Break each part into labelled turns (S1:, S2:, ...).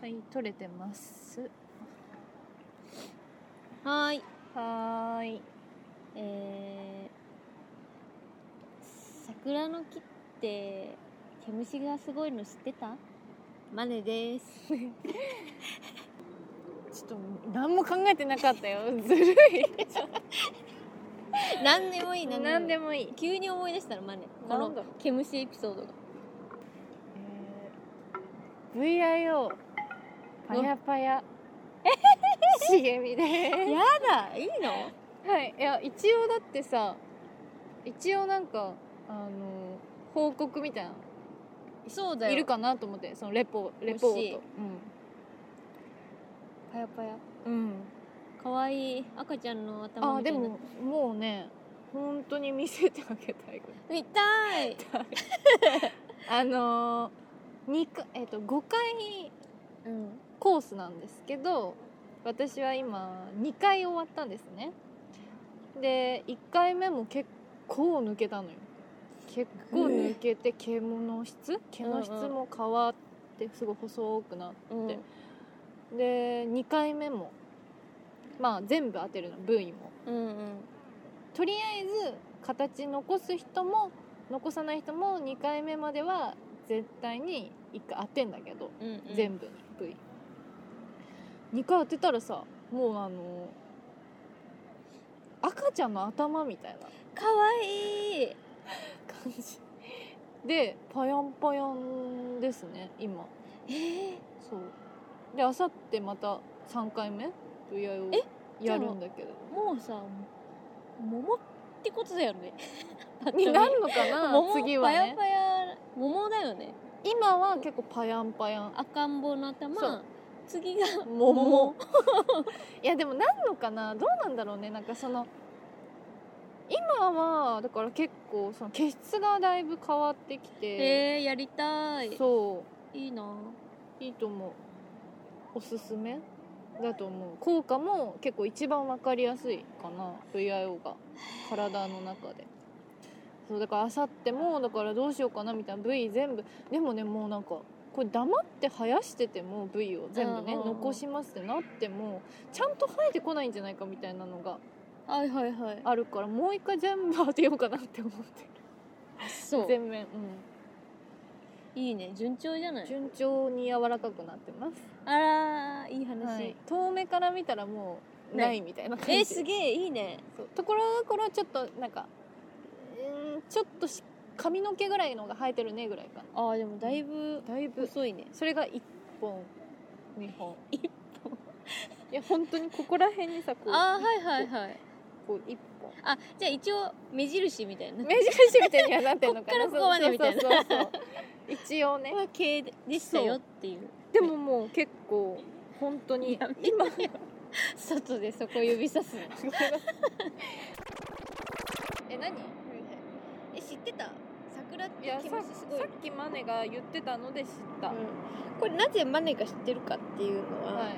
S1: はい取れてます
S2: はーい
S1: はーい
S2: えー、桜の木って毛虫がすごいの知ってたマネです
S1: ちょっと何も考えてなかった よずるい
S2: 何でもいい何でもいい
S1: 何でもいい
S2: 急に思い出したのマネこ
S1: なん
S2: の
S1: だ
S2: 毛虫エピソードが
S1: えー VIO パヤパ ヤ茂みで
S2: やだいいの
S1: すはいいや一応だってさ一応なんかあの報告みたいな
S2: そうだよ
S1: いるかなと思ってそのレポレポ
S2: 欲し
S1: ー
S2: い
S1: ト
S2: パヤパヤ
S1: うん、うん、
S2: かわいい赤ちゃんの頭
S1: あ
S2: みた
S1: で
S2: いな
S1: ももうね本当に見せてあげたいぐらい
S2: 痛い
S1: あのー二回えっと5回
S2: うん
S1: コースなんですけど私は今2回終わったんですねで1回目も結構抜けたのよ結構抜けて毛の質毛の質も変わってすごい細くなって、
S2: うん
S1: で2回目もまあ全部当てるの部位も
S2: うんうん
S1: とりあえず形残す人も残さない人も2回目までは絶対に1回当てんだけど、
S2: うんうん
S1: 全部に部位2回当てたらさもうあの赤ちゃんの頭みたいな
S2: かわいい
S1: 感じでパヤンパヤンですね今
S2: えー、
S1: そうであさってまた3回目 VI を
S2: え
S1: やるんだけど
S2: もうさ桃ってことだよね
S1: になるのか な
S2: 桃
S1: 次は
S2: パヤ
S1: ね
S2: パヤ桃だよね
S1: 今は結構パヤンパヤン
S2: 赤ん坊の頭
S1: そう
S2: 次が
S1: 桃 いやでもなんのかなどうなんだろうねなんかその今はだから結構その毛質がだいぶ変わってきて、
S2: えー、やりたい
S1: そ
S2: いいな
S1: ういいと思うおすすめだと思う効果も結構一番わかりやすいかな VIO が体の中でそうだからあさってもだからどうしようかなみたいな部位全部でもねもうなんかこれ黙って生やしてても部位を全部ね
S2: うんうんうん
S1: 残しますってなってもちゃんと生えてこないんじゃないかみたいなのが
S2: はいはいはい
S1: あるからもう一回全部当てようかなって思って
S2: そ
S1: る
S2: う
S1: 全面、
S2: いいね順調じゃな
S1: うん、
S2: い
S1: 順調に柔らかくなってます
S2: あらーいい話、
S1: はい、遠目から見たらもうないみたいな感じ
S2: えー、すげえいいね
S1: そうところどころちょっとなんかうーんちょっとし髪の毛ぐらいのが生えてるねぐらいか
S2: あーでもだいぶ
S1: なだいぶ
S2: 細いね
S1: それが1本2本1本 いや本当にここら辺にさこう
S2: あーはいはいはい
S1: こう1本
S2: あじゃあ一応目印みたいな
S1: 目印みたいにはなってるのかな
S2: こっからここまでみたいな
S1: そうそうそうそう一応ね
S2: は系でしたよっていう
S1: でももう結構本当に
S2: やめ
S1: 今
S2: 外でそこ指さすの
S1: え何
S2: え知ってた桜っ
S1: い
S2: て
S1: や
S2: 気
S1: さ
S2: 持
S1: さ
S2: ちすごい
S1: っきマネが言ってたので知った、
S2: これなぜマネが知ってるかっていうのは、
S1: はい、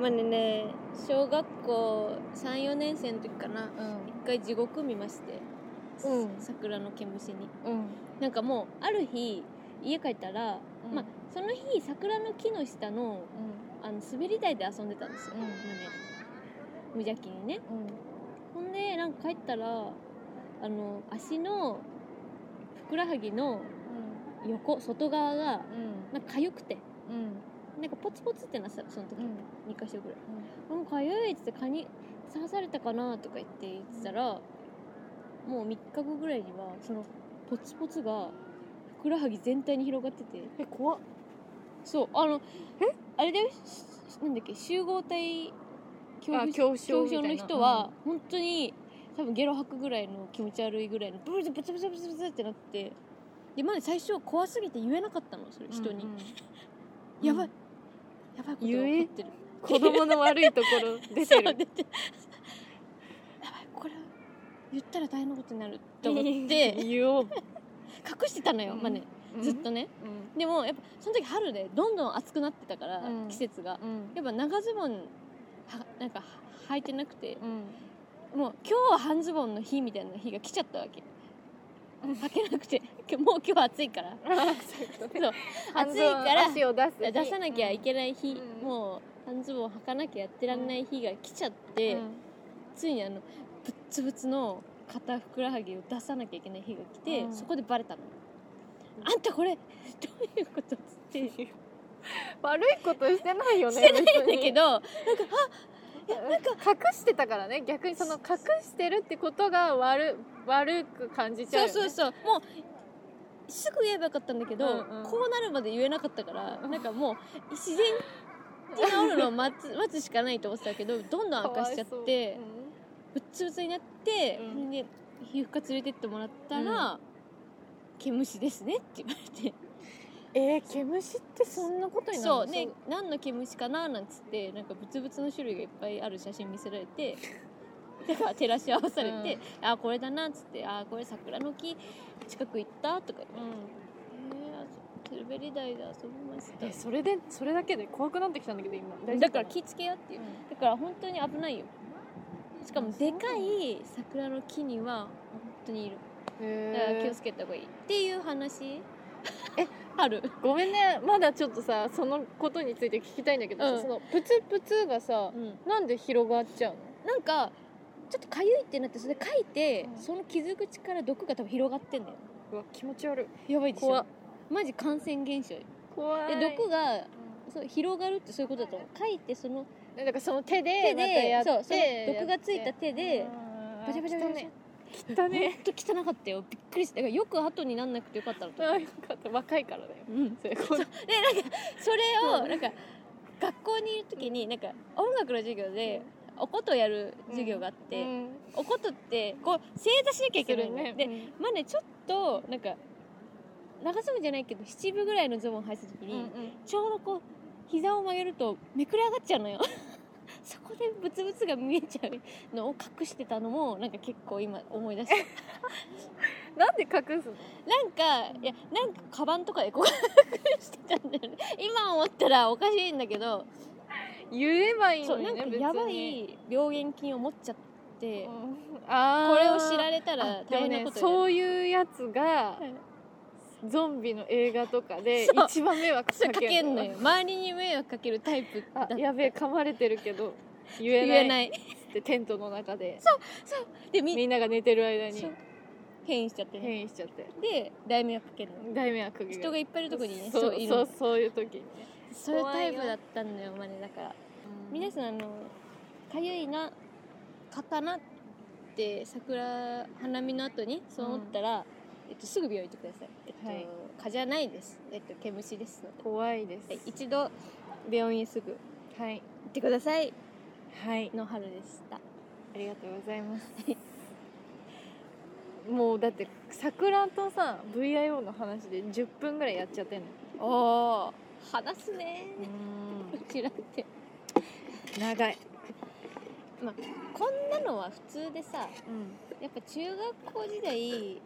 S2: マネね小学校34年生の時かな
S1: う
S2: 一回地獄見まして、
S1: うん
S2: 桜の毛虫に
S1: んうん
S2: なんかもうある日家帰ったら、
S1: うん
S2: まあその日桜の木の下のあの滑り台で遊んでたんですよ、
S1: うん
S2: マネ無邪気にね
S1: うんうん
S2: ほんでなんか帰ったらあの足のふくらはぎの横外側が
S1: うん
S2: なんか痒くて
S1: うん
S2: なんかポツポツってなってたその時、
S1: うん
S2: 2箇所ぐらい「もうかゆい」っつって蚊に刺されたかなとか言って言ってたら、もう3日後ぐらいにはそのポツポツがふくらはぎ全体に広がってて
S1: え怖っ
S2: そうあのえあれだよしなんだっけ集合体恐
S1: あ
S2: 怖
S1: 恐怖
S2: 恐
S1: 症
S2: 怖
S1: みたい
S2: 症
S1: な
S2: の人は、本当に多分ゲロ吐くぐらいの気持ち悪いぐらいのブツブツブツブツブツってなってでまだ最初怖すぎて言えなかったのそれ人に、 や ばいやばいことが
S1: 言え
S2: 起こってる
S1: 子供の悪いところ出て
S2: そう
S1: る
S2: 出てやばいこれは言ったら大変なことになると思って
S1: 言おう
S2: 隠してたのよ、まあね、ずっとね
S1: うん
S2: でもやっぱその時春でどんどん暑くなってたから、
S1: うん
S2: 季節が
S1: うん
S2: やっぱ長ズボンはなんかは履いてなくて
S1: うん
S2: もう今日は半ズボンの日みたいな日が来ちゃったわけ履けなくて今日もう今日は暑い からそう暑いから
S1: 足を出す日
S2: 出さなきゃいけない日、
S1: うん
S2: もう半ズボン履かなきゃやってらんない日が来ちゃっ
S1: う
S2: て、
S1: ん
S2: ついにあのぶっつぶつの肩ふくらはぎを出さなきゃいけない日が来て、
S1: うん
S2: そこでバレたの「あんたこれど ういうこと?」っつって言 っ
S1: 悪いことしてないよね
S2: てないんだけ
S1: ど
S2: ど
S1: なんか隠してたからね逆にその隠してるってことが悪悪く感じちゃう
S2: そ
S1: よ
S2: う
S1: ね
S2: そうそうもうすぐ言えばよかったんだけど、
S1: うんうん
S2: こうなるまで言えなかったからなんかもう自然に治るのを 待つ待つしかないと思ってたけどどんどん悪化しちゃってうっつうつになって、
S1: うん
S2: それで皮膚科連れてってもらったら、毛虫ですねって言われて
S1: えー、毛虫ってそんなことになる
S2: そ
S1: の
S2: うね何の毛虫かななんつってなんかブツブツの種類がいっぱいある写真見せられて だから照らし合わされて「あこれだな」っつって「あこれ桜の木近く行った?」とか言って
S1: うん
S2: 「えー、滑り台で遊びまし
S1: えそれでそれだけで怖くなってきたんだけど今
S2: た」
S1: 大丈
S2: だ
S1: 夫
S2: から
S1: な
S2: 気付けよっていううんだから本当に危ないよしかも
S1: あそう
S2: でかい桜の木には本当にいるだから気
S1: へ
S2: をつけた方がいいっていう話
S1: え
S2: ある
S1: ーごめんねまだちょっとさそのことについて聞きたいんだけど、
S2: うん
S1: そのプツプツがさ
S2: うん
S1: なんで広がっちゃうの
S2: なんかちょっとかゆいってなってそれ書いて、
S1: うん
S2: その傷口から毒が多分広がってんだよ
S1: うわ気持ち悪い
S2: やばいでし
S1: 怖
S2: ょ
S1: っ
S2: マジ感染現象よ
S1: 怖い
S2: で毒が
S1: う
S2: そう広がるってそういうことだと思う書いてその
S1: んだからその手で
S2: 手
S1: またや
S2: で
S1: って
S2: そうその毒がついた手でバ
S1: バ
S2: チ
S1: チャ
S2: ャバ
S1: バ
S2: チ
S1: チ
S2: ャ
S1: ャ
S2: バ
S1: バ
S2: チ
S1: チ
S2: ャ
S1: ャ
S2: ほ
S1: 汚
S2: ん
S1: ね
S2: と汚かったよびっくりしただからよく後になんなくてよかったのと
S1: あよかった若いからだよ
S2: うん
S1: それこそ
S2: でなんかそれ
S1: う
S2: を
S1: ん
S2: なんか学校にいる時になんか音楽の授業でおことをやる授業があって、
S1: うん
S2: おことってこう正座しなきゃいけないの、ね、で、
S1: うん
S2: まあねちょっとなんか長ズボンじゃないけど七分ぐらいのズボンを履いた時に、ちょうどこう膝を曲げるとめくれ上がっちゃうのよ そこでブツブツが見えちゃうのを隠してたのもなんか結構今思い出した
S1: なんで隠すの
S2: なんかいやなんかカバンとかでこう隠してたんだよね今思ったらおかしいんだけど
S1: 言えばいい
S2: そ
S1: の
S2: う
S1: に
S2: な
S1: ね
S2: んか
S1: 別に
S2: やばい病原菌を持っちゃって、
S1: うんあー
S2: これを知られたら
S1: あでも
S2: 大
S1: ね
S2: 変なこと
S1: そう
S2: に
S1: いうやつが
S2: なる
S1: ゾンビの映画とかで
S2: そう
S1: 一番迷惑
S2: そ
S1: か
S2: れかけ
S1: ける
S2: んのよ周りに迷惑かけるタイプだっ
S1: あ
S2: た
S1: やべえ噛まれてるけど言
S2: 言
S1: え
S2: え
S1: な
S2: ないい
S1: ってテントの中で
S2: でみ
S1: みんなが寝てる間
S2: そ
S1: に
S2: う変異しちゃってね
S1: 変異しちゃって
S2: で大迷惑かけるの
S1: 大迷惑かける
S2: 人がいっぱいいるとこにね
S1: そう
S2: 人いる
S1: そ
S2: の
S1: うそういう時にね
S2: そういうタイプだったんだよマネだから皆さんあのかゆいな刀って桜花見の後にそう思ったら、えっと、すぐ病院行ってください、えっと
S1: はい
S2: 蚊じゃないです、えっと、毛虫ですので、
S1: 怖いです
S2: はい、一度病院へすぐ行
S1: はい
S2: ってください
S1: はい
S2: の春でした
S1: ありがとうございますもうだって桜とさ VIO の話で10分ぐらいやっちゃってんの
S2: おお話すね
S1: う
S2: こちらって
S1: ん長い
S2: こんなのは普通でさ
S1: うん
S2: やっぱ中学校時代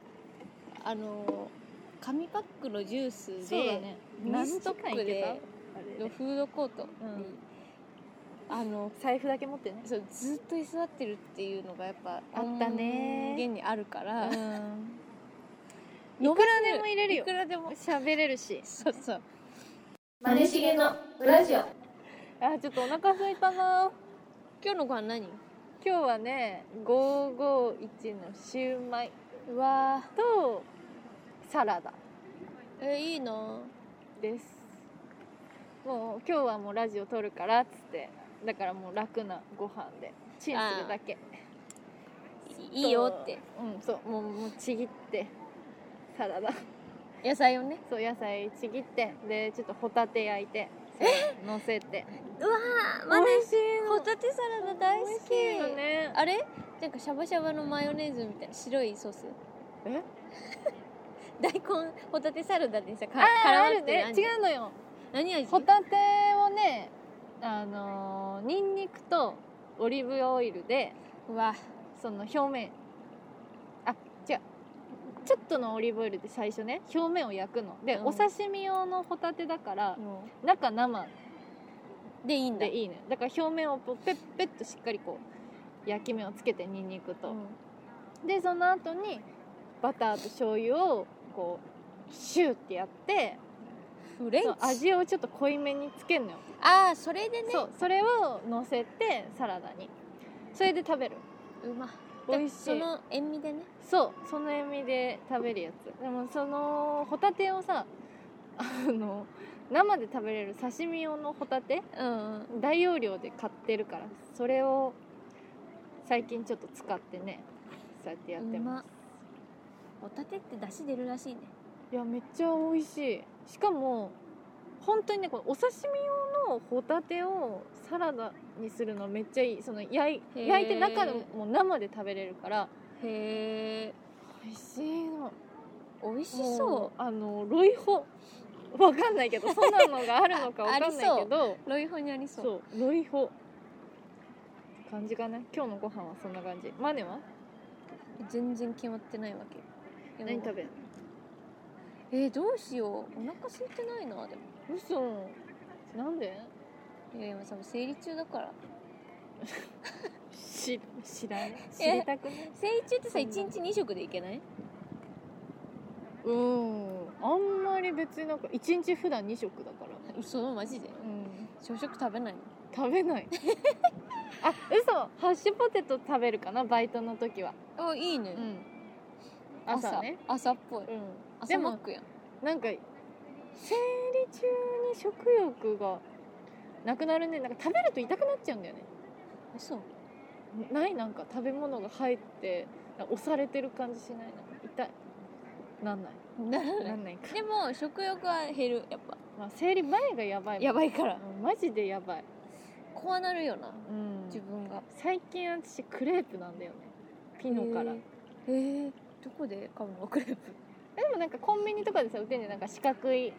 S2: あの紙パックのジュース
S1: そうだ
S2: で、
S1: ね
S2: ミストッ
S1: 何時
S2: ク
S1: 間いけた
S2: でのフードコートに、あの
S1: 財布だけ持ってね
S2: そうずっと居座ってるっていうのがやっぱ
S1: あったね
S2: 現にあるから、
S1: いくらでも入れる
S2: い
S1: よ
S2: くらでも
S1: 喋れるし
S2: そうそう
S3: マネしげのラジオ
S1: あちょっとお腹空いたな
S2: 今日のご飯何
S1: 今日はね551のシューマイ
S2: うわ
S1: とサラダ
S2: ーえいいな
S1: ですもう今日はもうラジオ撮るからっつってだからもう楽なご飯でチンするだけ
S2: いいいよって
S1: うんそうもうもうちぎってサラダ
S2: 野菜をね
S1: そう野菜ちぎってでちょっとホタテ焼いてのせて
S2: うわーマネ
S1: 美味しいの
S2: ホタテサラダ大好き
S1: 美味しいのね
S2: あれなんかシャバシャバのマヨネーズみたいな白いソース
S1: え
S2: 大根ホタテサラダでさか
S1: あーあ
S2: 絡ま
S1: る
S2: ってる
S1: ね
S2: 味
S1: 違うのよ
S2: 何味
S1: ホタテをねあのーニンニクとオリーブオイルで
S2: うわ
S1: その表面あ違うちょっとのオリーブオイルで最初ね表面を焼くので、
S2: うん
S1: お刺身用のホタテだから
S2: も
S1: 中生
S2: うでいいんだ
S1: でいいねだから表面をこうペッペッとしっかりこう焼き目をつけてニンニクと、
S2: うん
S1: でその後にバターと醤油をこうシューってやって
S2: フレン
S1: そう
S2: チ
S1: 味をちょっと濃いめにつけるのよ、
S2: ああそれでね
S1: そうそれを乗せてサラダにそれで食べる
S2: うま
S1: 美味しい
S2: その塩味でね
S1: そうその塩味で食べるやつでもそのホタテをさあの生で食べれる刺身用のホタテ
S2: うんうん
S1: 大容量で買ってるからそれを最近ちょっと使ってねそうやってやってます
S2: ホタテって出汁出るらしいね
S1: いやめっちゃ美味しいしかも本当にねこのお刺身用のホタテをサラダにするのめっちゃいいその焼い
S2: へー
S1: 焼いて中でも生で食べれるから
S2: へえ
S1: 美味しいの
S2: 美味し
S1: も
S2: そう
S1: あのロイホわかんないけどそんなの があるのか
S2: あ
S1: わかんないけど
S2: うロイホにあり
S1: そ
S2: そうう
S1: ロイホって感じかな今日のご飯はそんな感じマネは
S2: 全然決まってないわけでも
S1: 何食べる
S2: えー、どうしようお腹空いてないなでも
S1: 嘘なんで
S2: いやいや多分生理中だから
S1: 知知らない知りたくない
S2: 生理中ってさ
S1: そんな
S2: 1日2食でいけない
S1: うんあんまり別になんか一日普段2食だから
S2: 嘘マジで
S1: うん
S2: 朝食食べないの
S1: 食べ ないあ嘘ハッシュポテト食べるかなバイトの時は
S2: あいいね、
S1: うん朝ね
S2: 朝っぽ
S1: う
S2: い
S1: んで
S2: 朝
S1: も
S2: マックやん
S1: なんか生理中に食欲がなくなるねなんか食べると痛くなっちゃうんだよね
S2: 嘘
S1: ないなんか食べ物が入ってなんか押されてる感じしないなんか痛いなんない
S2: ならな
S1: ないんないか、
S2: でも食欲は減るやっぱ
S1: まあ、生理前がやばいもん
S2: やばいから
S1: うんマジでやばい、
S2: こうなるよな
S1: うん、
S2: 自分が
S1: 最近私クレープなんだよねピノから、
S2: へえーどこで買うのクレープ
S1: えでもなんかコンビニとかでさ売ってんじゃんなんか四角い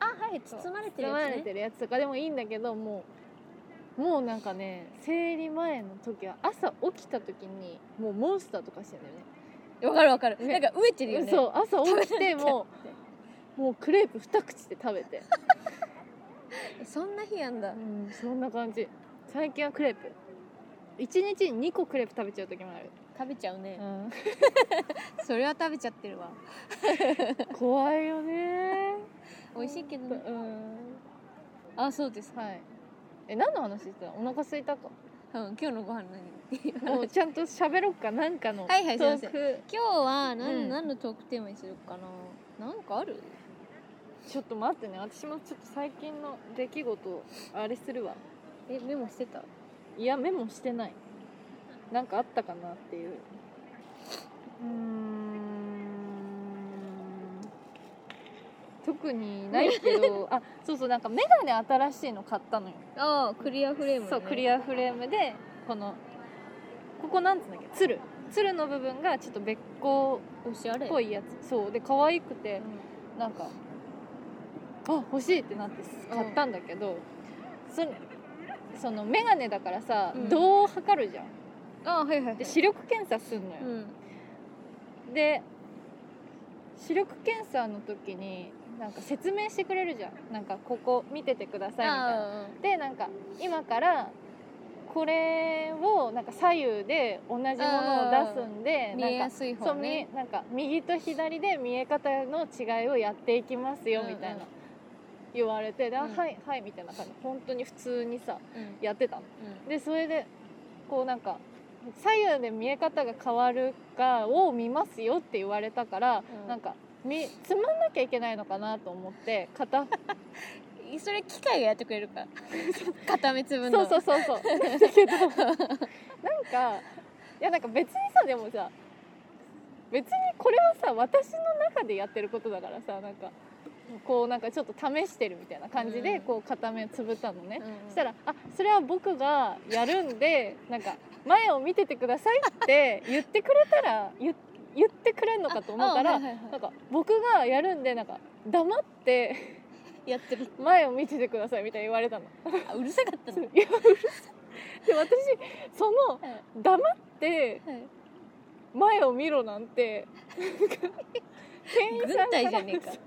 S2: あはい
S1: そう
S2: 包まれてる
S1: 包
S2: や
S1: ま
S2: つ
S1: れ
S2: ね
S1: てるやつとかでもいいんだけどもうもうなんかね生理前の時は朝起きた時にもうモンスターとかしてんだよね
S2: わかるわかる、
S1: ね
S2: なんか飢えてるよね
S1: そう朝起きて
S2: 食べなきゃ
S1: もうもうクレープ二口で食べて、
S2: えそんな日やんだ
S1: うん、そんな感じ最近はクレープ一日に2個クレープ食べちゃう時もある、
S2: 食べちゃうね
S1: う、ん、
S2: それは食べちゃってるわ
S1: 怖いよね
S2: 美味しいけどね
S1: うん
S2: あそうです
S1: はいえ何の話してたお腹空いた か
S2: うん今日のご飯何
S1: もうちゃんと喋ろっかなんかの
S2: はいはいすいません
S1: トーク
S2: 今日は何,、
S1: うん
S2: ん、何のトークテーマにするかななんかある
S1: ちょっと待ってね私もちょっと最近の出来事あれするわ
S2: えメモしてた
S1: いやメモしてないなんかあったかなっていううーん特にないけ どあそうそうなんかメガネ新しいの買ったのよ
S2: ああクリアフレーム、ね、
S1: そうクリ
S2: ア
S1: アフレームでこのここなんつうんだっけつるつるの部分がちょっとべっ甲
S2: おしゃれ
S1: っぽいやつそうで可愛くて、
S2: う
S1: なんかあ欲しいってなって買ったんだけど、そその眼鏡だからさ、
S2: うん
S1: 度を測るじゃん
S2: んああはいはいはい
S1: で視力検査すんの
S2: う
S1: よ、
S2: ん
S1: で視力検査の時になんか説明してくれるじゃんなんかここ見ててくださいみたいな
S2: あ
S1: でなんか今からこれをなんか左右で同じものを出すんで
S2: あ見え
S1: な
S2: や
S1: んか
S2: すい方
S1: そう見え
S2: ね
S1: なんか右と左で見え方の違いをやっていきますよ
S2: うんうん
S1: みたいな言われてで、あ
S2: うん
S1: はいはいみたいな感じ本当に普通にさ
S2: うん
S1: やってたの
S2: うん
S1: でそれでこうなんか左右で見え方が変わるかを見ますよって言われたから、
S2: うん
S1: なんかみつまんなきゃいけないのかなと思って片
S2: それ機械がやってくれるから片目つぶん
S1: そ
S2: の
S1: うそうそうそうだけどなんかいやなんか別にさでもさ別にこれはさ私の中でやってることだからさなんかこうなんかちょっと試してるみたいな感じで、
S2: うん
S1: こう片目つぶったのね、
S2: うん
S1: そしたら「あそれは僕がやるんでなんか前を見ててください」って言ってくれたら言言ってくれんのかと思った
S2: あ
S1: ら、
S2: はいはいはい
S1: なんか僕がやるんでなんか黙って
S2: やってる
S1: 前を見ててくださいみたいに言われたの。
S2: あうるさかった
S1: そう
S2: の
S1: いやうるさいで私その
S2: はい
S1: 黙って
S2: はい
S1: 前を見ろなんて店員さ
S2: 軍
S1: ん
S2: 隊じ
S1: か
S2: ゃ
S1: ら
S2: ねえ か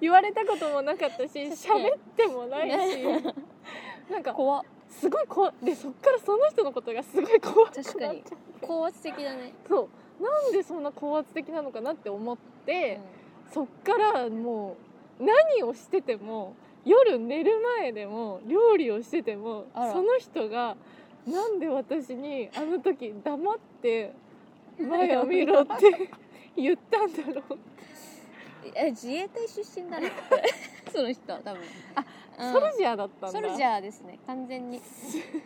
S1: 言われたこともなかったし
S2: 確かに
S1: 喋ってもないしなんか
S2: 怖っ
S1: すごい怖でそっからその人のことがすごい怖くなっちゃう
S2: 確かに高圧的だね、
S1: そうなんでそんな高圧的なのかなって思っ
S2: う
S1: て
S2: ん、
S1: そっからもう何をしてても夜寝る前でも料理をしてても
S2: あら
S1: その人がなんで私にあの時黙って前を見 ろって言ったんだろう
S2: え自衛隊出身 だねその人多分あ、うん
S1: ソルジャーだったんだ
S2: ソルジャーですね完全に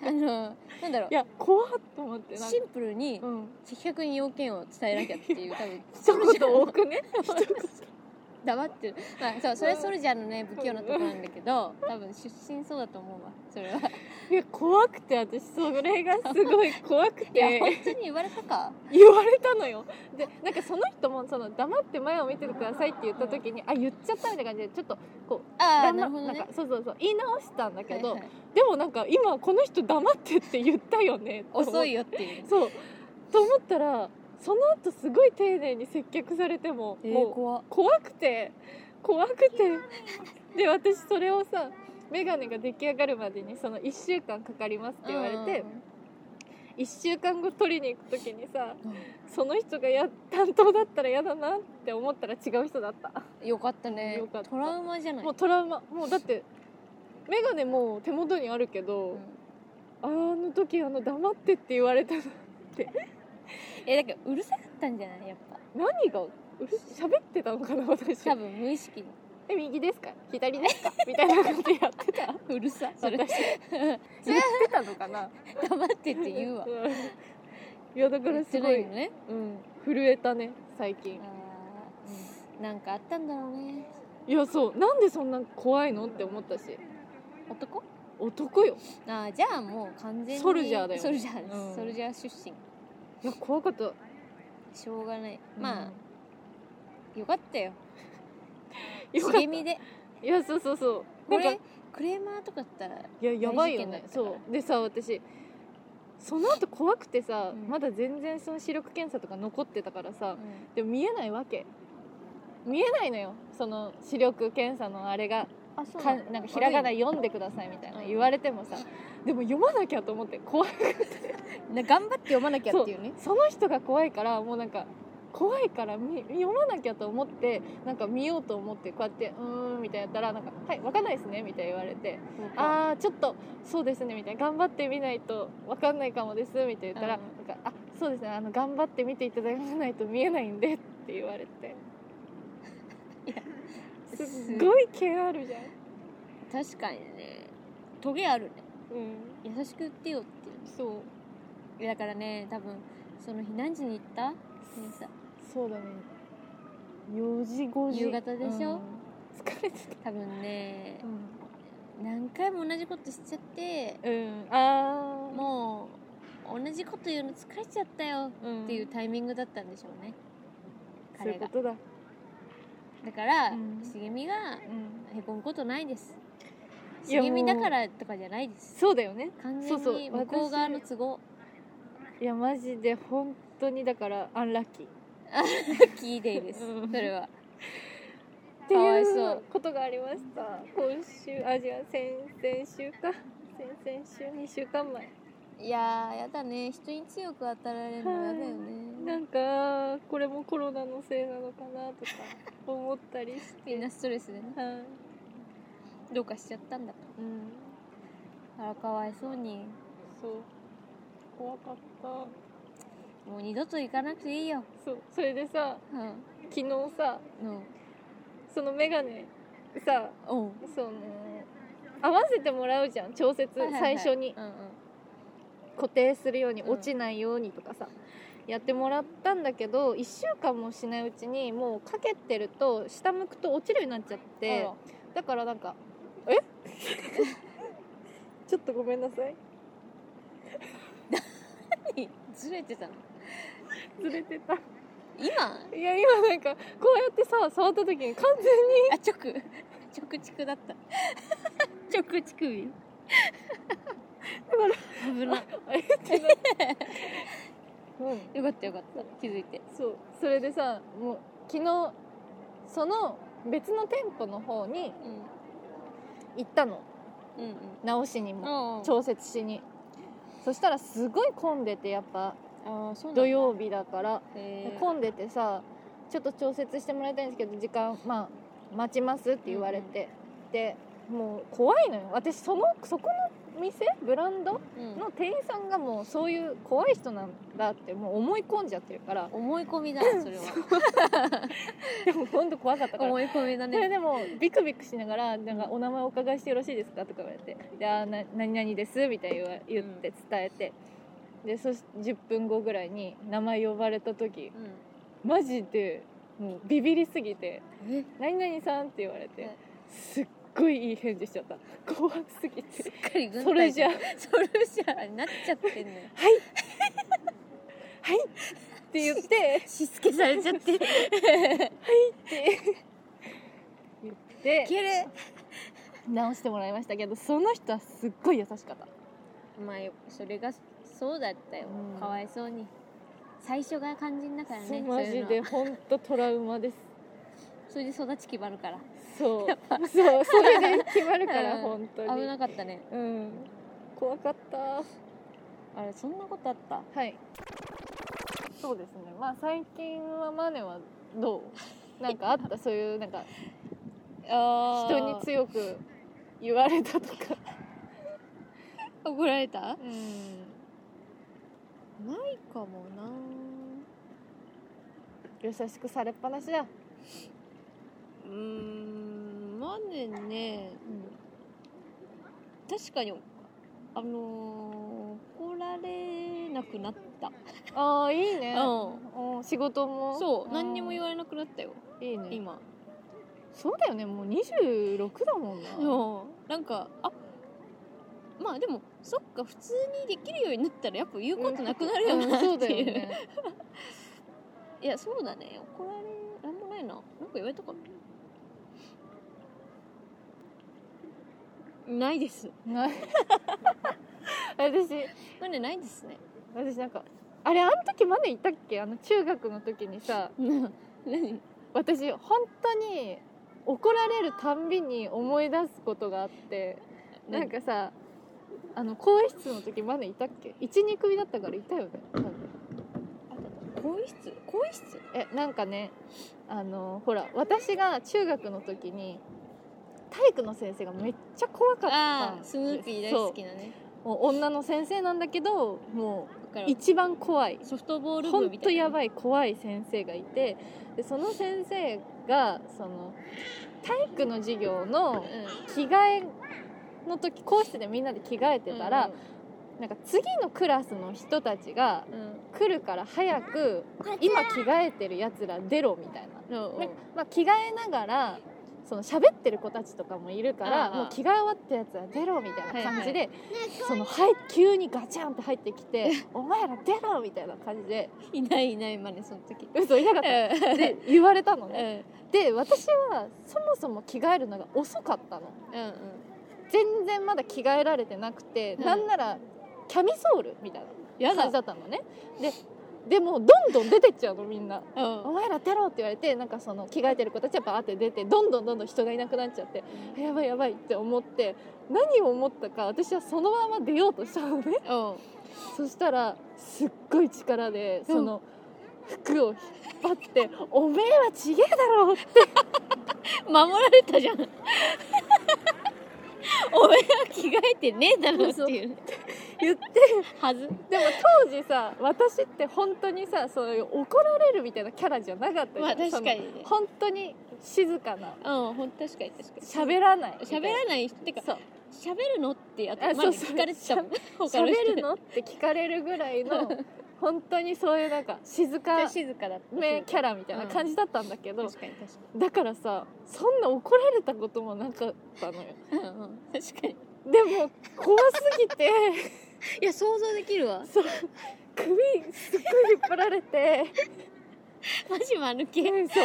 S2: あのなんだろう
S1: いや怖っと思ってなんか
S2: シンプルに
S1: うん
S2: 的確に要件を伝えなきゃっていう 多分
S1: 一言多 くね一言
S2: 黙ってる、まあ、そうそれはソルジャーのね不器用なとこなんだけど多分出身そうだと思うわそれは
S1: いや怖くて私それがすごい怖く
S2: いや
S1: て
S2: 本当に言われたか
S1: 言われたのよでなんかその人もその黙って前を見ててくださいって言った時にあ言っちゃったみたいな感じでちょっと
S2: ああ
S1: 黙
S2: なるほどね
S1: んかそうそうそう言い直したんだけど、
S2: はいはい
S1: でもなんか今この人黙ってって言ったよねと思っ
S2: 遅いよっていう
S1: そうと思ったらその後すごい丁寧に接客されても、
S2: えー、
S1: もう
S2: 怖っ
S1: 怖くて怖くてで私それをさ眼鏡が出来上がるまでにその1週間かかりますって言われて、1週間後取りに行く時にさ
S2: うん
S1: その人がや担当だったら嫌だなって思ったら違う人だった、
S2: うんよかったね
S1: よかった
S2: トラウマじゃない
S1: もうトラウマもうだって眼鏡もう手元にあるけど、あの時あの黙ってって言われたの
S2: えだけどうるさかったんじゃないやっぱ
S1: 何がうる喋ってたのかな私
S2: 多分無意識 に
S1: え右ですか左ですか みたいなことやってた
S2: うるさそれ
S1: 私言ってたのかな
S2: 黙ってって言 うわ
S1: んいやだからすご
S2: 言
S1: い、
S2: ってないのね
S1: うん、震えたね最近、
S2: あーなんかあったんだろうね
S1: いやそうなんでそんな怖いのって思ったし
S2: 男
S1: 男よ
S2: あーじゃあもう完全に
S1: ソルジャーだよ
S2: ソルジャーです、
S1: うん
S2: ソルジャー出身
S1: いや怖かった
S2: しょうがない
S1: うん
S2: まあよかったよ
S1: よかった
S2: 茂みで
S1: いやそうそうそうな
S2: こ
S1: んか
S2: れクレーマーとかだったら
S1: いややばいよ
S2: 大事件だっ
S1: ね
S2: たから
S1: そうでさ私その後怖くてさ、
S2: うん
S1: まだ全然その視力検査とか残ってたからさ、
S2: う
S1: でも見えないわけ見えないのよその視力検査のあれが
S2: んあそ
S1: かなんかひらがな読んでくださいみたいな言われてもさでも読まなきゃと思って怖い
S2: な頑張って読まなきゃっていうね
S1: その人が怖いからもうなんか怖いからみ読まなきゃと思ってなんか見ようと思ってこうやって「うーん」みたいなやったら「なんかはいわかんないですね」みたいな言われて「あ
S2: あ
S1: ーちょっとそうですね」みたいな「頑張ってみないとわかんないかもです」みたいな言ったら「なんかあそうですねあの頑張って見ていただかないと見えないんで」って言われて
S2: ー
S1: すっ
S2: すごい
S1: ごい毛あるじゃん、
S2: 確かにねトゲあるね
S1: うん、
S2: 優しく言ってよっていう
S1: そう
S2: いやだからね多分その避難時に行った皆さん
S1: そうだね4時5時
S2: 夕方でしょ
S1: うん疲れてた
S2: 多分ね
S1: うん、
S2: 何回も同じことしちゃって
S1: うん、ああ
S2: もう同じこと言うの疲れちゃったよ
S1: うん
S2: っていうタイミングだったんでしょうね
S1: そうい
S2: 彼
S1: うこ
S2: が
S1: とだ、
S2: だから
S1: うん
S2: 茂みが
S1: うん、
S2: へこむことないです
S1: いや
S2: 茂みだからとかじゃないです
S1: そうだよね
S2: 完
S1: そ
S2: 全
S1: うそう
S2: に向こう側の都合
S1: いやマジで本当にだからアンラッキーっ
S2: キーデイです
S1: うん
S2: それ は
S1: て
S2: かわ
S1: い
S2: いそう
S1: うことがありました今週あ違う先々週か先々週2週間前
S2: いやーやだね人に強く当たられるのやだよね
S1: なんかこれもコロナのせいなのかなとか思ったりして
S2: みんなストレスでね
S1: はい、
S2: どうかしちゃったんだと
S1: うん、
S2: あらかわいそうに
S1: そう怖かった
S2: もう二度と行かなくていいよ
S1: そうそれでさ
S2: うん
S1: 昨日さ
S2: うん
S1: そのメガネさ
S2: おう
S1: その合わせてもらうじゃん調節、
S2: はいはいはい
S1: 最初に
S2: うんうん
S1: 固定するように
S2: うん
S1: 落ちないようにとかさ、やってもらったんだけど1週間もしないうちにもうかけてると下向くと落ちるようになっちゃってだからなんかえ ちょっとごめんなさい
S2: あらずれてたの
S1: ずれてた
S2: 今
S1: いや今なんかこうやってさ触った時に完全に
S2: あ直 直畜だった 直乳首危な
S1: あれってなって、うん、
S2: よかったよかった気づいて
S1: そうそれでさもう昨日その別の店舗の方に
S2: うん
S1: 行ったの
S2: うん
S1: 直しにも
S2: うん
S1: 調節しにそしたらすごい混んでてやっぱ
S2: ああそうなんだ
S1: 土曜日だから
S2: へー
S1: 混んでてさちょっと調節してもらいたいんですけど時間まあ待ちますって言われて、でもう怖いのよ私そのそこの店ブランド
S2: うん
S1: の店員さんがもうそういう怖い人なんだってもう思い込んじゃってるから
S2: 思い込みだなそれは
S1: でも本当怖かったから
S2: 思い込みだ
S1: それ
S2: ね
S1: でもビクビクしながら「なんかお名前お伺いしてよろしいですか?」とか言われて「であーな何々です」みたいに言わ言って伝えて、でそし10分後ぐらいに名前呼ばれた時マジでもうビビりすぎて
S2: うんえ
S1: 「何々さん」って言われて、
S2: はい
S1: すっごいいい返事しちゃった怖すぎて
S2: しっかり軍
S1: そ
S2: 隊
S1: れじゃあ
S2: それじゃあなっちゃってんのよ
S1: って言 って
S2: しつけされちゃって
S1: 言って
S2: けれ
S1: 直してもらいましたけどその人はすっごい優しかった
S2: まあよそれがそうだったよ、
S1: うん
S2: かわいそうに最初が肝心だからね
S1: そう
S2: そう
S1: マ
S2: いう
S1: ジ
S2: の
S1: で
S2: は
S1: 本当トラウマです
S2: それで育ち決まるから
S1: そうそうそれで決まるか
S2: う
S1: ら
S2: ん
S1: 本当に
S2: 危なかったね
S1: うん怖かった
S2: あれそんなことあった
S1: はいそうですねまあ最近はマネはど うなんかあったそういうなんか
S2: あ
S1: 人に強く言われたとか
S2: 怒られた
S1: うん
S2: ないかもな
S1: 優しくされっぱなしだ
S2: うーんまねね確かにあのー怒られなくなった
S1: ああいいね
S2: う
S1: うん仕事も
S2: そう何にも言
S1: わ
S2: われなくなったよ
S1: いいね
S2: 今
S1: そうだよねもう26だもんな
S2: そうなんかあまあでもそっか普通にできるようになったらやっぱ言うことなくなるよ
S1: うん
S2: なってい,、
S1: そううだよね
S2: いやそうだね怒られなんもないななんか言われたかなないです
S1: な私
S2: まあねないですね
S1: 私なんかあれあの時までいたっけあの中学の時にさ
S2: な 何
S1: 私本当に怒られるたんびに思い出すことがあってなんかさあの更衣室の時までいたっけ12組だったからいたよね多分
S2: 更衣室更衣室
S1: えなんかねあのほら私が中学の時に体育の先生がめっちゃ怖かった
S2: あ
S1: ん
S2: あ
S1: です
S2: スヌーピー大好きなね
S1: そうもう女の先生なんだけども
S2: だから
S1: う一番怖い
S2: ソフトボール部
S1: 本
S2: みた
S1: 当
S2: いな
S1: やばい怖い先生がいてでその先生がその体育の授業の着替えの時教室でみんなで着替えてたら、なんか次のクラスの人たちが
S2: うんうん
S1: 来るから早く今着替えてるやつら出ろみたいな。
S2: うん
S1: なんかまあ、着替えながらその喋ってる子たちとかもいるから
S2: ああ
S1: もう着替え終わったやつは出ろみたいな感じで、
S2: は
S1: そのはい急にガチャンって入ってき て「お前ら出ろ!」みたいな感じで
S2: いないいないまねその時
S1: 嘘いなかった で言われたの
S2: うん
S1: ねで私はそもそも着替えるのが遅かったの
S2: うん
S1: 全然まだ着替えられてなくて、
S2: うん
S1: なんならキャミソールみたい
S2: や
S1: な感
S2: だ
S1: じだったのねででもどんどん出てっちゃうのみんな
S2: う
S1: 「
S2: ん
S1: お前ら出ろ!」って言われてなんかその着替えてる子たちはバーって出てどんどんどんどん人がいなくなっちゃって「やばいやばい」って思って何を思ったか私はそのまま出ようとしたのね
S2: うん
S1: そしたらすっごい力でその服を引っ張って「おめえはちげえだろ!」って
S2: 守られたじゃん お前は着替えてねえだろっていう
S1: 言って
S2: はず
S1: でも当時さ私って本当にさそういう怒られるみたいなキャラじゃなかったじゃん
S2: まあ確かにね
S1: その本当に静かな
S2: うんほん確かに確かに
S1: 喋らないみたい
S2: 喋
S1: な
S2: らない人ってか
S1: そう
S2: 喋るのってあと
S1: あ
S2: まね
S1: そうそう
S2: 聞かれてたもん 他の人
S1: 喋るのって聞かれるぐらい の本当にそういうなんか静か
S2: 静かだった
S1: めキャラみたいな感じだったんだけど、
S2: 確かに確か
S1: だからさそんな怒られたこともなかったのよ
S2: にうんうん確かに
S1: でも怖すぎて
S2: いや想像できるわ
S1: そう首すっごい引っ張られて
S2: マジ間抜け
S1: うん そう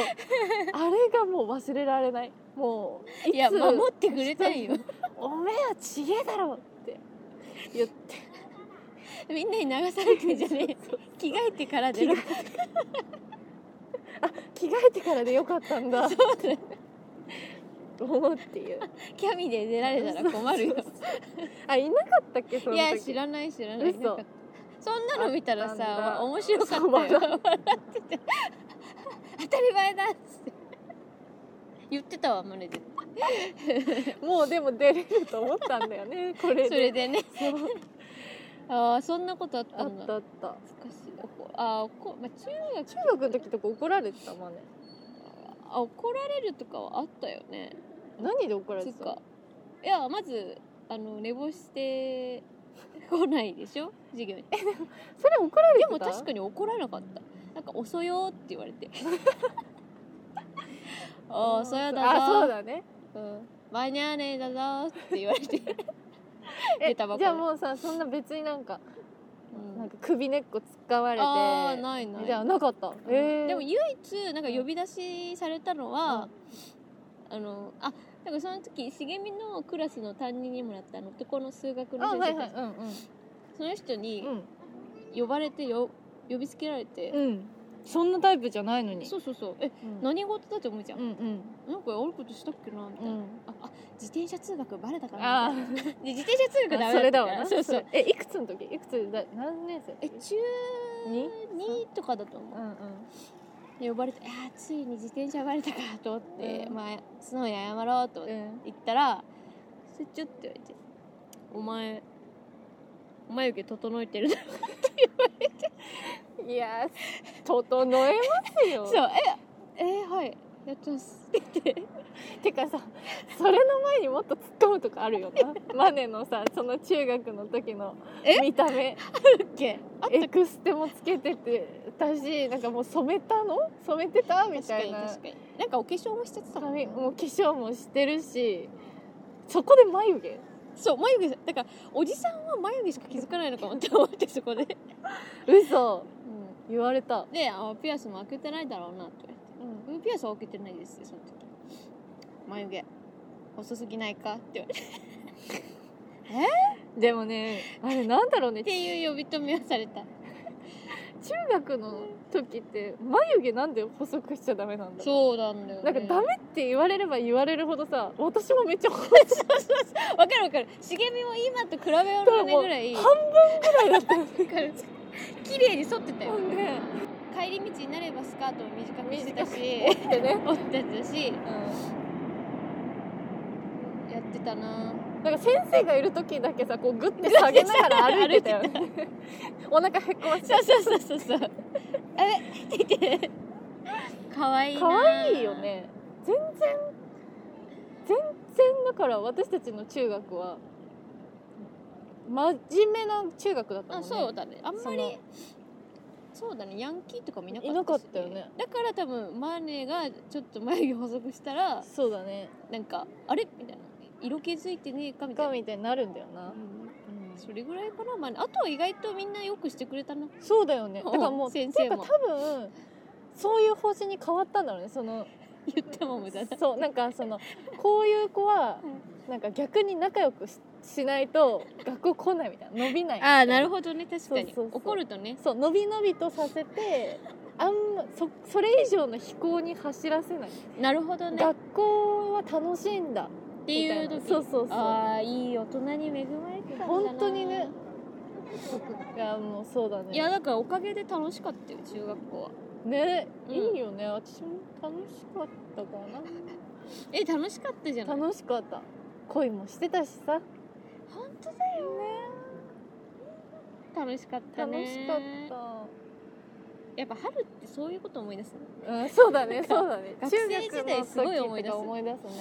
S1: あれがもう忘れられないもうい
S2: いや
S1: つ
S2: 守ってくれたいよ
S1: おめえはちげえだろって言って
S2: みんなに流されてんじゃねえ着替えてからで
S1: 着替着替えてからでよかったんだと 思うっていう
S2: キャミで出られたら困るよ
S1: そうあいなかったっけその
S2: い
S1: 時
S2: や知らない知らない
S1: 嘘
S2: そんなの見たら
S1: あったん
S2: さ
S1: だ
S2: 面白かったよ
S1: そう
S2: 笑
S1: 笑
S2: ってて当たり前だっつって言ってたわマネで
S1: もうでも出れると思ったんだよ ねこれ
S2: それ
S1: で
S2: でね
S1: そう
S2: ああそんなことあった
S1: あ
S2: ん
S1: っ
S2: だ
S1: たあった
S2: 懐かしいおこあーおこ、まあ、中学
S1: 中学の時とか怒られてたまね
S2: あ怒られるとかはあったよね
S1: 何で怒られ
S2: つ
S1: て
S2: う
S1: たの
S2: かいやまずあの寝坊してこないでしょ授業に
S1: それ怒られて
S2: で
S1: た
S2: も確かに怒らなかったなんか遅よーって言 われておー遅よだぞー
S1: あそうだね
S2: うん、間に合わねえだぞーって言われて、
S1: え
S2: 出たばっか
S1: じ
S2: り
S1: ゃあもうさそんな別になんかなんか首根っこつかまれて
S2: ああないない
S1: じゃあなかった
S2: うん
S1: えー
S2: でも唯一なんか呼び出しされたのは、あのあなんかその時茂みのクラスの担任にもらったあの男の数学の
S1: あ
S2: 先生
S1: はい
S2: たち
S1: はいうんうん
S2: その人に
S1: うん
S2: 呼ばれてよ呼びつけられて、
S1: うんそんなタイプじゃないのに
S2: そうそうそうえ
S1: うん
S2: 何事だと思うじゃん、
S1: うんうん
S2: なんか悪いことしたっけなみたいな、
S1: うん
S2: ああ自転車通学バレたか
S1: あ
S2: な
S1: あ
S2: みたいなで自転車通学ダメだ
S1: それだわ
S2: ったから
S1: な
S2: そうそう
S1: えいくつの時いくつだ何年生
S2: え中
S1: に
S2: 2とかだと思う
S1: うんうん
S2: で呼ばれて「あーついに自転車バレたか」と思って、
S1: うん
S2: まあ、素直に謝ろうと思って
S1: うん
S2: 行ったら「それちょっと」言われて「お前お眉毛整えて るな」
S1: いやー整えますよ
S2: そう「ええー、はいやってます」って言って
S1: てかさそれの前にもっと突っ込むとかあるよなマネのさその中学の時の
S2: え
S1: 見た目
S2: 「けあ
S1: エクステもつけてて私なんかもう染めたの染めてたみ
S2: 確
S1: た
S2: か
S1: い
S2: に
S1: な
S2: 確かになんかお化粧もしちゃってたもん
S1: 髪もう化粧もしてるしそこで眉毛
S2: そう眉毛だからおじさんは眉毛しか気づかないのかもって思ってそこで、
S1: 嘘言われた、
S2: であ「ピアスも開けてないだろうな」って言われて。
S1: うん、
S2: うんピアスは開けてないですその時眉毛細すぎないかって言われて
S1: でもねあれなんだろうね
S2: っていう呼び止めをされた
S1: 中学の時って眉毛なんで細くしちゃダメなんだろ
S2: そうなんだよ、
S1: う
S2: ね、
S1: なんかダメって言われれば言われるほどさ私もめっちゃ細い
S2: わかるわかる茂みも今と比べようのねぐらい
S1: 半
S2: わ
S1: くらいだったよ
S2: かる綺麗に沿ってたよ
S1: ね
S2: 帰り道になればスカートを短くしてたし
S1: 折ってね
S2: 折ってたし
S1: う
S2: やってたなん
S1: なんか先生がいる時だけさこうグッて下げながら歩いてたよねお腹へっこましちゃ
S2: そうそうそうそうそうあれって言って可愛いな
S1: 可愛いよね全然全然だから私たちの中学は真面目な中学だったもん
S2: あ
S1: ね
S2: そうだねあんまりそうだねヤンキーとかもいなかったし
S1: いなかったよね
S2: だから多分マネがちょっと眉毛細くしたら
S1: そうだね
S2: なんかあれみたいな色気づいてねえかみたい
S1: が
S2: な、
S1: みたいになるんだよな、
S2: うんそれぐらいかなマネあとは意外とみんなよくしてくれたな
S1: そうだよねだからもう
S2: 先生も
S1: てか多分そういう方針に変わったんだろうねその
S2: 言っても無駄だ
S1: そうなんかそのこういう子はなんか逆に仲良くししないと学校来ないみたいな伸びない
S2: ああなるほどね確か
S1: そう
S2: に
S1: そうそう
S2: 怒るとね
S1: そう伸び伸びとさせてあんまそそれ以上の飛行に走らせない、
S2: なるほどねっ
S1: 学校は楽しいんだ
S2: てい
S1: み
S2: う時
S1: たいなそうそうそう
S2: ああいい大人に恵まれてたんだな
S1: 本当にねいやもうそうだね
S2: いやだからおかげで楽しかったよ中学校は
S1: ね、
S2: うん
S1: いいよね私も楽しかったか
S2: え楽しかったじゃない
S1: な楽しかった恋もしてたしさ
S2: 本当だよね楽しかった
S1: 楽
S2: ね
S1: しかった
S2: やっぱ春ってそういうこと思い出すね
S1: うん、そうだねそうだね
S2: 学生時代すごい思い出
S1: 中学の時と
S2: す
S1: か思い出すね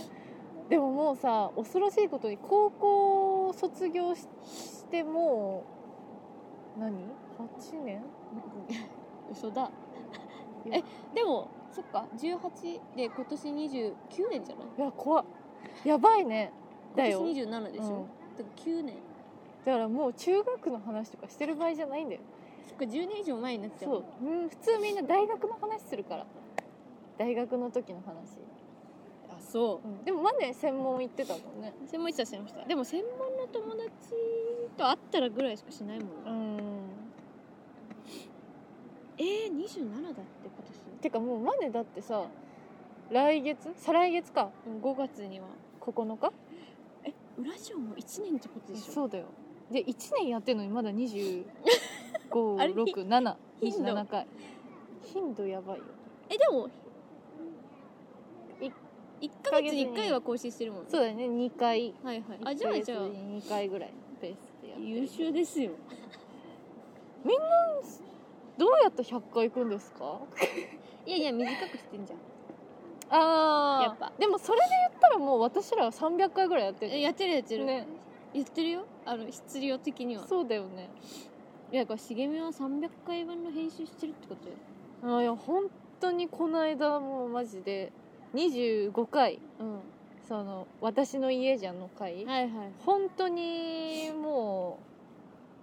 S1: でももうさ恐ろしいことに高校を卒業ししてもう何8年
S2: 嘘だ
S1: いや
S2: えでもそっか18で今年29年じゃない
S1: いや怖っやばいねだよ
S2: 今年27でしょ、だから9年
S1: だからもう中学の話とかしてる場合じゃないんだよ
S2: そっか10年以上前になっちゃう
S1: そう、うん、普通みんな大学の話するから大学の時の話、
S2: あそ
S1: うん、でもマネ専門行ってたもんね
S2: う専門一してましたでも専門の友達と会ったらぐらいしかしないもんな
S1: うん
S2: えー、27だって今年
S1: てかもうマネだってさ来月再来月か
S2: うん5月には
S1: 9日
S2: え裏ジオも1年ってことでしょ
S1: そうだよで1年やってるのにま だ
S2: あれ
S1: 2567
S2: 頻度
S1: 27回頻度やばいよ
S2: えでも
S1: い
S2: 1ヶ月に1回は更新してるもんね
S1: そうだよね2回
S2: はいはいあじゃあじゃあ
S1: 2回ぐらいのペースでやってる
S2: 優秀ですよ
S1: どうやって100回行くんですか
S2: いやいや短くしてんじゃん
S1: あ
S2: ー
S1: やっぱでもそれで言ったらもう私らは300回ぐらいやってる
S2: えやってるやってる、
S1: ね
S2: やってるよあの質量的には
S1: そうだよね
S2: いやだから茂みは300回分の編集してるってことよ
S1: あいや本当にこの間もうマジで25回
S2: うん
S1: その「私の家じゃん」の回、
S2: はいはい
S1: 本当にも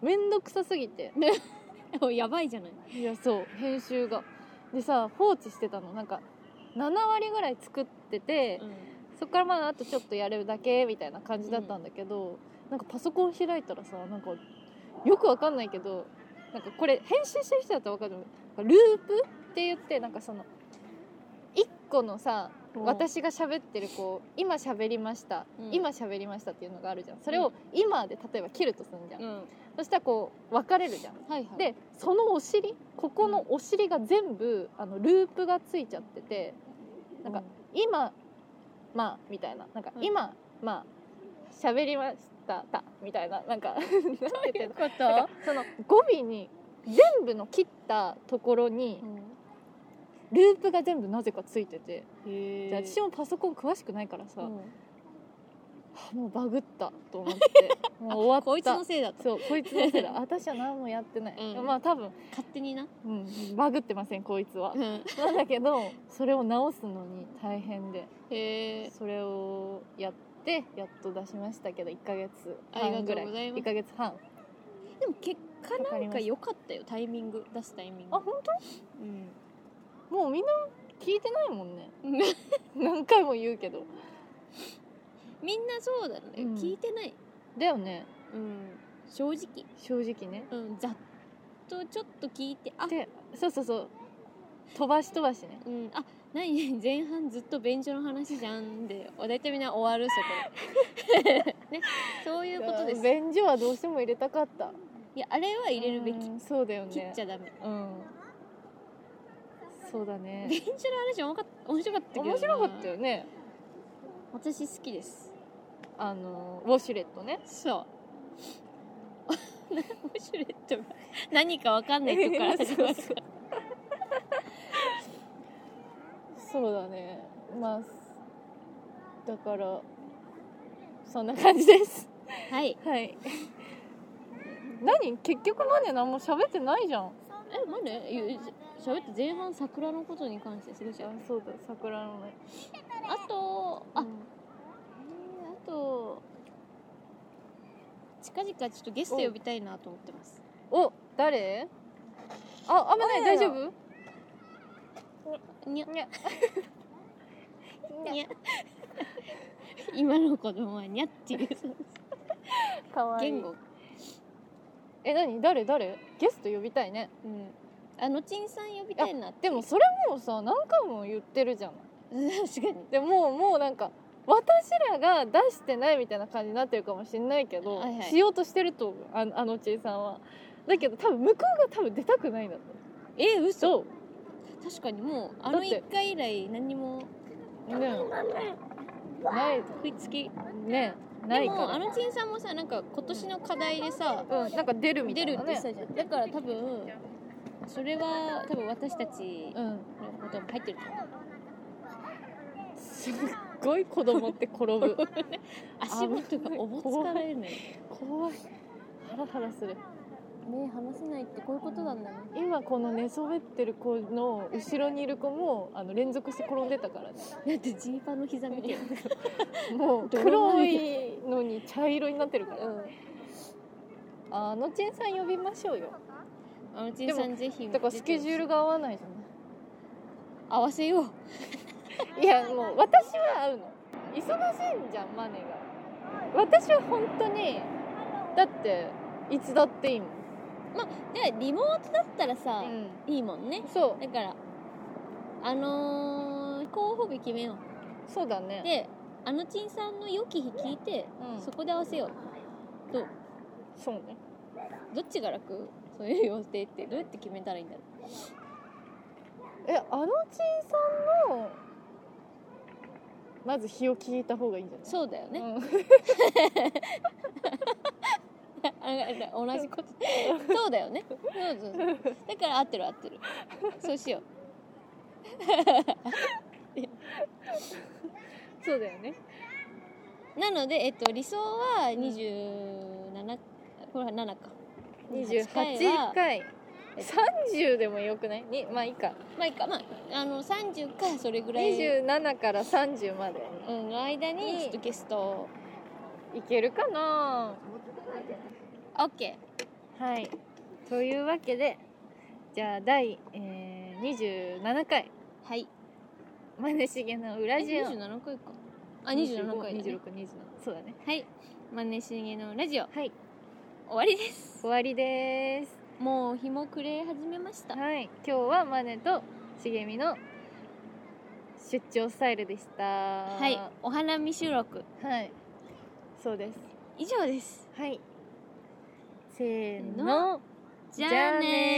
S1: う面倒くさすぎて
S2: でもやばいじゃない
S1: いやそう編集がでさ放置してたのなんか7割ぐらい作ってて、
S2: う
S1: そっからまだあとちょっとやるだけみたいな感じだったんだけど、なんかパソコン開いたらさなんかよくわかんないけどなんかこれ編集してる人だったらわかると思うループって言ってなんかその1個のさ
S2: うん
S1: 私が喋ってるこう今喋りました、
S2: うん
S1: 今喋りましたっていうのがあるじゃんそれ
S2: う
S1: を
S2: ん
S1: 今で例えば切るとするんじゃん、
S2: んはい
S1: そしたらこう分かれるじゃん
S2: はい
S1: でそのお尻ここのお尻が全部あのループがついちゃっててなんか今まあみたいななんか
S2: うん
S1: 今、まあ喋りましたたみたいな なんかなんて言ってんの
S2: こと
S1: なんかその語尾に全部の切ったところにループが全部なぜかついてて、で
S2: へえ
S1: 私もパソコン詳しくないからさ、
S2: うん
S1: あもうバグったと思って もう終わった
S2: こいつのせいだと
S1: そうこいつの せいだ私は何もやってない、
S2: うん
S1: まあ多分、
S2: 勝手にな
S1: うん、バグってませんこい つは
S2: うん
S1: なんだけどそれを直すのに大変で
S2: へえ
S1: それをやってやっと出しましたけど1ヶ月半ぐら
S2: ありがと
S1: いう
S2: ございます
S1: 1ヶ月半
S2: でも結果
S1: わか
S2: な
S1: り
S2: ん
S1: ま
S2: か
S1: した
S2: 良かったよタイミング出すタイミング
S1: あ本
S2: うん
S1: 当もうみんな聞いてないもんね 何回も言うけど
S2: みんなそうだね、
S1: うん
S2: 聞いてない、
S1: だよね
S2: うん、正直、
S1: 正直ね
S2: うん、ざっとちょっと聞いてあ
S1: でそうそうそう飛ばし飛ばしね
S2: うん、あ何々 前半ずっと便所の話じゃんでお大体みんな終わるそこ で、ね、そういうことですい
S1: 便所はどうしても入れたかった
S2: やあれは入れるべき
S1: うんそうだよね
S2: 切っちゃダメ
S1: うんそうだね
S2: 便所の話面白かった面白かったけどな
S1: 面白かったよね
S2: 私好きです
S1: あのウォシュレットね
S2: そう 面白いって何かわかんないとこから 始まるから
S1: そうだねまあだからそんな感じです
S2: はい
S1: はい何結局まで何も喋ってないじゃんあ
S2: えなんでゆ喋って前半桜のことに関してすごいしゃべっ
S1: そうだ桜のね
S2: たあとあ
S1: あ、
S2: えーあと近々ちょっとゲスト呼びたいなと思ってます
S1: お誰あ危ない
S2: あら
S1: 大丈夫
S2: にゃ
S1: にゃ
S2: にゃ今の子供はにゃっていう
S1: かわ
S2: 言語、
S1: え何誰誰ゲスト呼びたいね
S2: うん、あのちんさん呼びたいなって
S1: でもそれもうさ何回も言ってるじゃない
S2: 確かに
S1: でもうもうなんか私らが出してないみたいな感じになってるかもしれないけど、
S2: はいはい
S1: しようとしてると思うああのちいさんはだけど多分向こうが多分出たくないんだと
S2: え嘘
S1: そ
S2: 確かにもうあの
S1: だって
S2: 1回以来何にも
S1: うねえない
S2: 食いつき
S1: ねえな
S2: で
S1: いか
S2: もあ
S1: ら
S2: のちんさんもさなんか今年の課題でさ、
S1: うん、なんか出るみた
S2: 出
S1: いな
S2: るっ
S1: ね
S2: て言ってたじゃんだから多分それは多分私たち
S1: う
S2: の
S1: ん
S2: ことも入ってると思う
S1: すっごい子供って転ぶ
S2: 足元がおぼつかれるのよ
S1: 怖いハラハラする
S2: 目離せないってこういうことなんだね
S1: 今この寝そべってる子の後ろにいる子もあの連続して転んでたから ね
S2: だってジーパンの膝見て る
S1: もう黒いのに茶色になってるから、
S2: うん
S1: あのちんさん呼びましょうよ
S2: あのちんさんぜひ
S1: だからスケジュールが合わないじゃ
S2: 合わせよう
S1: ないいやもう私は合うの忙しいんじゃんマネが私は本当にだっていつだっていいもん、
S2: でリモートだったらさ、いいもんね
S1: そう
S2: だからあのー、候補日決めよ
S1: そうだ
S2: う
S1: ね
S2: であのちんさんの良き日聞いて、
S1: うん
S2: そこで合わせようどう
S1: そうね
S2: どっちが楽そういう予定ってどうやって決めたらいいんだろ
S1: えあのちんさんのまず日を聞いた方がいいんじゃな
S2: う
S1: い
S2: そうだよね、
S1: うん
S2: あ同じことそうだよねそうそうそうだから合ってる合ってるそうしよ
S1: そうだよね
S2: うなので、えっと、理想は27これは7か
S1: 28
S2: 28は
S1: 回30でもよくないにまあいいか
S2: まあいいかまああの30かそれぐらい
S1: 27から30まで
S2: うんの間にちょっとゲストを
S1: いけるかな
S2: OK
S1: はいというわけでじゃあ第、えー、27回
S2: はい
S1: 「マネしげの裏
S2: え
S1: ジオ」
S2: 27回かあ27回だ、ね
S1: 26、27そうだね
S2: はいマネしげのラジオ
S1: はい
S2: 終わりです
S1: 終わりです
S2: もう日も暮れ始めました
S1: はい今日はマネと茂みの出張スタイルでしたは
S2: はいお花見収録
S1: はいそうです
S2: 以上です
S1: はいせーの
S2: のじゃあねー